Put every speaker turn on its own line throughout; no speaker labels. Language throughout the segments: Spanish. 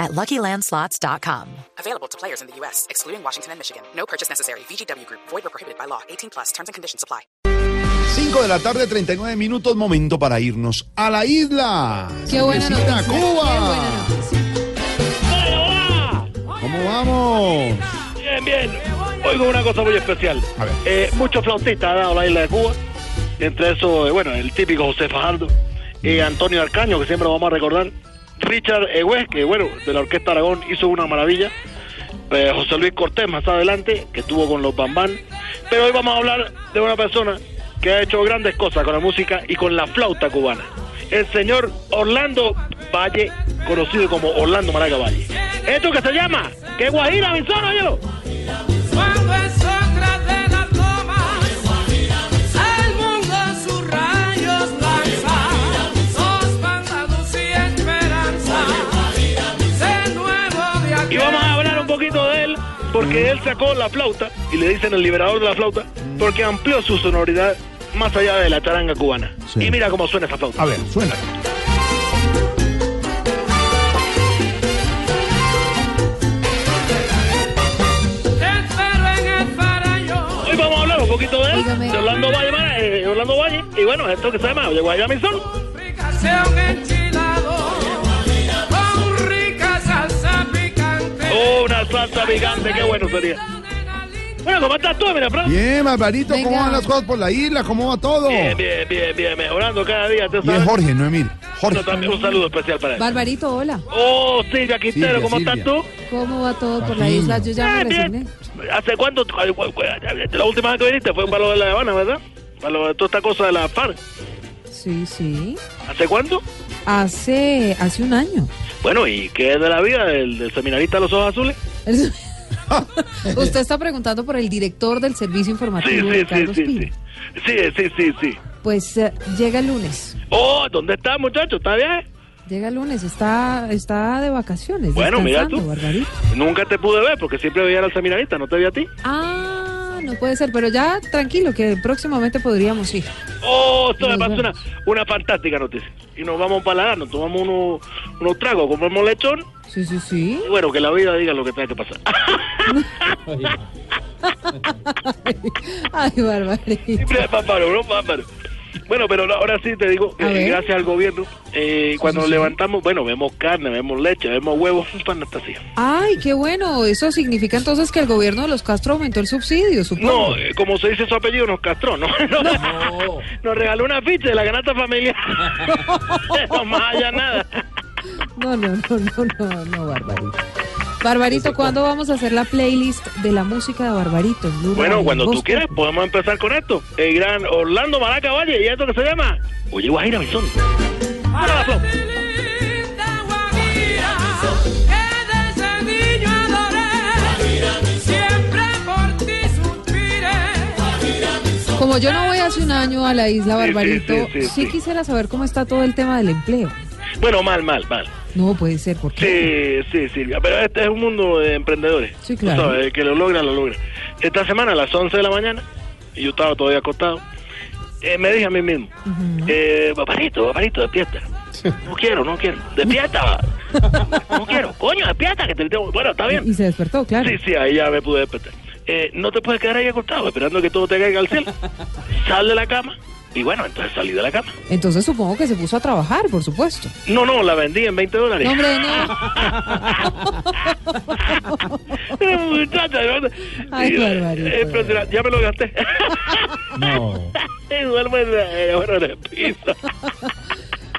at luckylandslots.com.
Available to players in the U.S., excluding Washington and Michigan. No purchase necessary. VGW Group, void or prohibited by law. 18 plus terms and conditions apply.
5 de la tarde, 39 minutos, momento para irnos a la isla.
Qué buena
Vecina,
noticia. Qué buena
Cuba.
noticia.
¿Cómo vamos?
Bien, bien. Oigo una cosa muy especial.
A ver.
Eh, muchos flautistas ha dado la isla de Cuba. Entre eso, eh, bueno, el típico José Fajardo. eh, Antonio Arcaño, que siempre lo vamos a recordar. Richard Egués, que bueno, de la Orquesta Aragón hizo una maravilla. Eh, José Luis Cortés, más adelante, que estuvo con los Bambán. Pero hoy vamos a hablar de una persona que ha hecho grandes cosas con la música y con la flauta cubana. El señor Orlando Valle, conocido como Orlando Maraca Valle. ¿Esto que se llama? ¿Qué guajira, mi zona, yo?
Cuando es otra de las tomas, al mundo sus rayos lanzan, los bandados y esperanza, de nuevo de
Y vamos a hablar un poquito de él, porque él sacó la flauta, y le dicen el liberador de la flauta, porque amplió su sonoridad más allá de la charanga cubana.
Sí.
Y mira cómo suena esa flauta.
A ver, suena.
Te espero en el paraíso,
Hoy vamos a hablar un poquito de él,
Dígame.
de Orlando Valle, Mara- eh, Orlando Valle, y bueno, esto que se llama Oye Guayama Sol.
fricación enchilado, con rica salsa picante.
Oh, una salsa picante, qué bueno sería. Bueno, ¿cómo estás tú, mira, Fran?
Bien, Barbarito, ¿cómo
Venga.
van las cosas por la isla? ¿Cómo va todo?
Bien,
Y
bien, bien, bien, mejorando cada día, ¿te
es
sabes?
Jorge, no Emil. Jorge.
Bueno, también un saludo especial para él.
Barbarito, hola.
Oh, Silvia Quintero,
Silvia,
¿cómo
Silvia.
estás tú?
¿Cómo va todo por la
Patricio.
isla? Yo ya me
Eh, bien.
resigné.
¿Hace cuánto? Ay, cu- cu- La última vez que viniste fue para lo de La Habana, ¿verdad? Para lo de toda esta cosa de la FARC.
Sí, sí.
¿Hace cuánto?
Hace, hace un año.
Bueno, ¿y qué es de la vida del, del seminarista de los ojos azules?
Usted está preguntando por el director del servicio
Sí,
informativo,
sí, sí,
Ricardo
sí,
Espina.
sí. Sí, sí, sí, sí.
Pues eh, llega el lunes.
Oh, ¿dónde está, muchacho? ¿Está bien?
Llega el lunes, está, está de vacaciones.
Bueno, mira
descansando,
tú.
Barbarito.
Nunca te pude ver porque siempre veía al seminarista, no te vi a ti.
Ah, no puede ser, pero ya tranquilo, que próximamente podríamos ir.
Oh, esto me
Nos
pasó una,
vemos.
una fantástica noticia. Y nos vamos para la Habana, nos tomamos unos, unos tragos, comemos lechón.
Sí, sí, sí.
Y bueno, que la vida diga lo que tenga que pasar.
Ay, Barbarito.
Siempre es bárbaro, ¿no? Bárbaro. Bueno, pero no, ahora sí te digo,
A
eh,
ver.
gracias al gobierno, eh, cuando
sí,
nos
sí.
levantamos, bueno, vemos carne, vemos leche, vemos huevos, es fantasía.
Ay, qué bueno. Eso significa entonces que el gobierno de los Castro aumentó el subsidio, supongo.
No, eh, como se dice su apellido, nos castró, ¿no? nos regaló una ficha de la ganata familiar. no más allá nada.
No, no, no, no, no, no, Barbarito. Barbarito, ¿cuándo vamos a hacer la playlist de la música de Barbarito? en Blue
Bueno,
Radio,
cuando
Voz
tú quieras,
Populi?
podemos empezar con esto. El gran Orlando Maraca Valle, ¿y esto que se llama? Oye, Guajira, mi son. Mira la flor.
Linda guajira, que de ese niño adoré, siempre por ti suspiré.
Como yo no voy hace un año a la isla
Sí, sí,
Barbarito, sí,
sí, sí, sí.
quisiera saber cómo está todo el tema del empleo.
Bueno, mal, mal, mal.
No puede ser, ¿por qué?
Sí, sí, Silvia, pero este es un mundo de emprendedores.
Sí, claro.
Tú sabes, el que lo logra, lo logra. Esta semana a las 11 de la mañana, y yo estaba todavía acostado, eh, me dije a mí mismo, eh, paparito, paparito, despierta. No quiero, no quiero. Despierta. No quiero. Coño, despierta, que te tengo... Bueno, está
Y
bien.
se despertó, claro.
Sí, sí, ahí ya me pude despertar. Eh, no te puedes quedar ahí acostado esperando que todo te caiga al cielo. Sal de la cama. Y bueno, entonces salí de la cama.
Entonces supongo que se puso a trabajar, por supuesto.
No, no, la vendí en 20 dólares.
No, hombre, no.
Muchacha, yo-
Ay,
Eh,
barbarito.
eh, pero será- ya me lo gasté.
No.
Y Duermo en, la- eh, bueno, en el piso.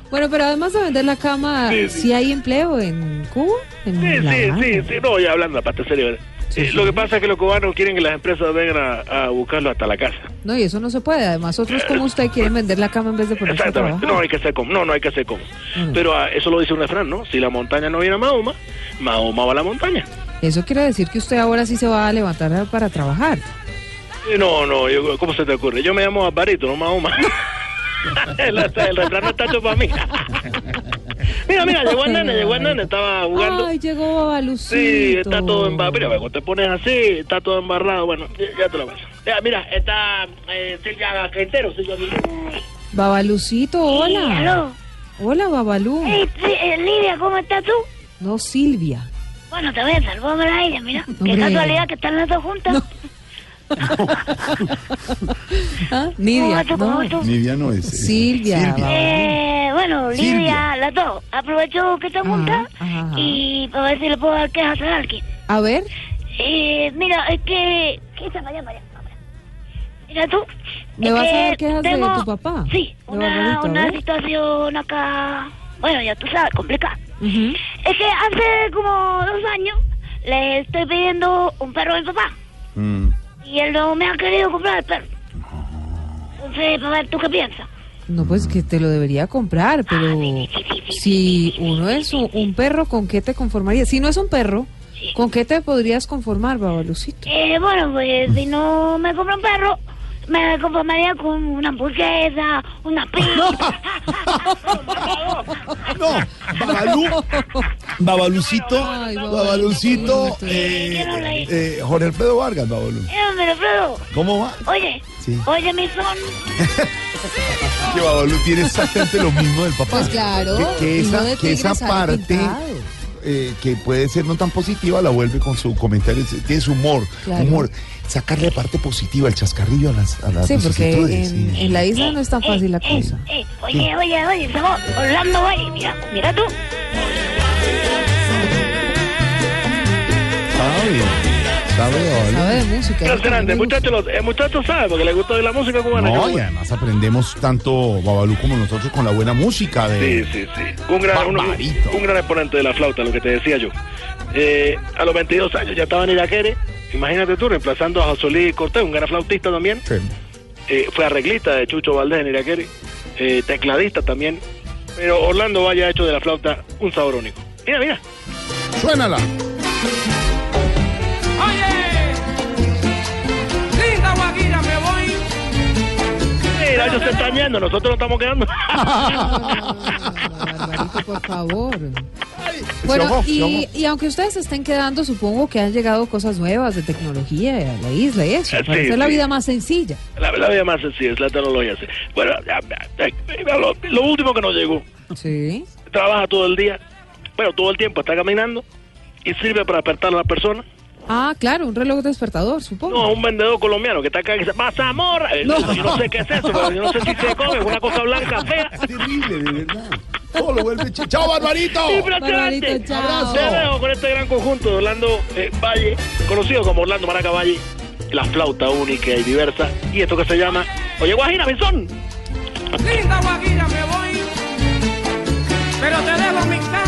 Bueno, pero además de vender la cama,
Sí,
¿sí,
sí.
hay empleo en Cuba? En
Sí,
La
sí,
Habana.
sí, sí. No, ya hablando, aparte serio. ¿verdad?
Sí,
Eh,
sí.
Lo que pasa es que los cubanos quieren que las empresas vengan a, a buscarlo hasta la casa.
No, y eso no se puede. Además, otros como usted quieren vender la cama en vez de ponerse a
Exactamente. No
trabajar.
hay que ser como. No, no hay que ser como.
Mm.
Pero ah, eso lo dice un refrán, ¿no? Si la montaña no viene a Mahoma, Mahoma va a la montaña.
Eso quiere decir que usted ahora sí se va a levantar para trabajar.
Eh, No, no, yo- ¿cómo se te ocurre? Yo me llamo Alvarito, no Mahoma. el, el refrán no está hecho para mí. mira, mira, llegó Hernández, llegó Hernández, estaba jugando.
Ay, llegó Balucito.
Sí, está todo embarrado. Mira, cuando te pones así, está todo embarrado. Bueno, ya, ya te lo ves. Mira, mira, está eh, Silvia Quintero, Silvia Quintero.
Babalucito, hola.
Aló.
Hola, Babalú.
Hey, sí, eh, Lidia, ¿cómo estás tú?
No, Silvia.
Bueno, también salvame a ella, mira. Qué
Hombre.
casualidad que están las dos juntas.
¿Ah?
¿Cómo
Nidia,
vas tú? ¿Cómo vas
no.
tú?
Nidia no es.
Silvia,
Eh, bueno, Lidia,
Silvia.
las dos. Aprovecho que están
Ajá,
juntas
ajá, ajá.
y para ver si le puedo dar quejas a alguien.
A ver,
Eh, mira, es que... ¿Qué está para allá, para allá? para allá? Mira tú.
¿Me
es
vas a
que
dar quejas de
tengo-
tu papá?
Sí,
De Barbarito,
una,
a
una
ver.
situación acá... Bueno, ya tú sabes, complicada.
ujú,
Es que hace como dos años le estoy pidiendo un perro a mi papá.
Mm.
Y él no me ha querido comprar el perro. Entonces, papá, ¿tú qué piensas?
no, pues que te lo debería comprar, pero si uno es un, un perro, ¿con qué te conformarías? Si no es un perro, ¿con qué te podrías conformar, Babalucito?
Eh, bueno, pues si no me compro un perro, me conformaría con una hamburguesa, una pizza.
No, Babalú, Babalucito,
Ay, Babalú.
Babalucito,
Yo no la
eh,
hice.
eh, Jorge Alfredo Vargas, Babalú.
Eh, pero Fredo,
¿Cómo va?
oye,
Sí.
oye, mi son.
Que Babalú tiene exactamente lo mismo del papá.
Pues claro,
Que, que
y
esa,
no de
que esa
tigre sale
parte
pintado.
eh, que puede ser no tan positiva la vuelve con su comentario. se- Tiene su humor,
Claro.
humor. Sacarle parte positiva, el chascarrillo a las, a las
Sí, porque
vicisitudes,
en,
sí.
en la isla no es tan
eh,
fácil la
eh,
cosa.
eh, oye, oye, oye, somos Orlando Valle, mira, mira tú.
Sabe, sabe, Babalú.
Sabe de música. eso
Impresionante,
también
el
me gusta.
muchacho, lo- el muchacho sabe eh, porque le gusta oír la música cubana.
No,
Qué
y además aprendemos tanto Babalú como nosotros con la buena música de...
Sí, sí, sí. Un gran, un,
Eh, Barbarito.
un gran exponente de la flauta, lo que te decía yo. Eh, a los 22 años ya estaba en Iraquere. Imagínate tú, reemplazando a Josolí Cortés, un gran flautista también. Eh, fue arreglista de Chucho Valdés en Iraquere. Eh, tecladista también. Pero Orlando Valle ha hecho de la flauta un sabor único. Mira, mira.
Suénala.
Oye, linda Guajira, me voy.
Mira, ellos se están yendo, nosotros nos estamos quedando.
Ah, Barbarito, por favor.
Se
Bueno,
ahogó, se ahogó.
y, y aunque ustedes se estén quedando, supongo que han llegado cosas nuevas de tecnología a la isla y eso,
Eh,
para
sí,
hacer la
sí.
vida más sencilla.
La, la vida más sencilla es la tecnología. sí. Bueno, ya, ya, ya, lo- lo último que nos llegó.
Sí.
trabaja todo el día, bueno, todo el tiempo está caminando y sirve para despertar a la persona.
Ah, claro, un reloj despertador,
No,
supongo.
un vendedor colombiano que está acá y dice, ¡Mazamorra! Eh,
No.
Yo no sé qué es eso, pero yo no sé si se come, es una cosa blanca fea.
Terrible, de verdad. Todo lo vuelve... ch- ¡Chao, Barbarito!
¡Impresionante!
Barbarito, chao.
Te dejo con este gran conjunto de Orlando eh, Valle, conocido como Orlando Maraca Valle, la flauta única y diversa, y esto que se llama Oye Guajira, mi son.
Linda Guajira, me voy. Pero te debo mi casa.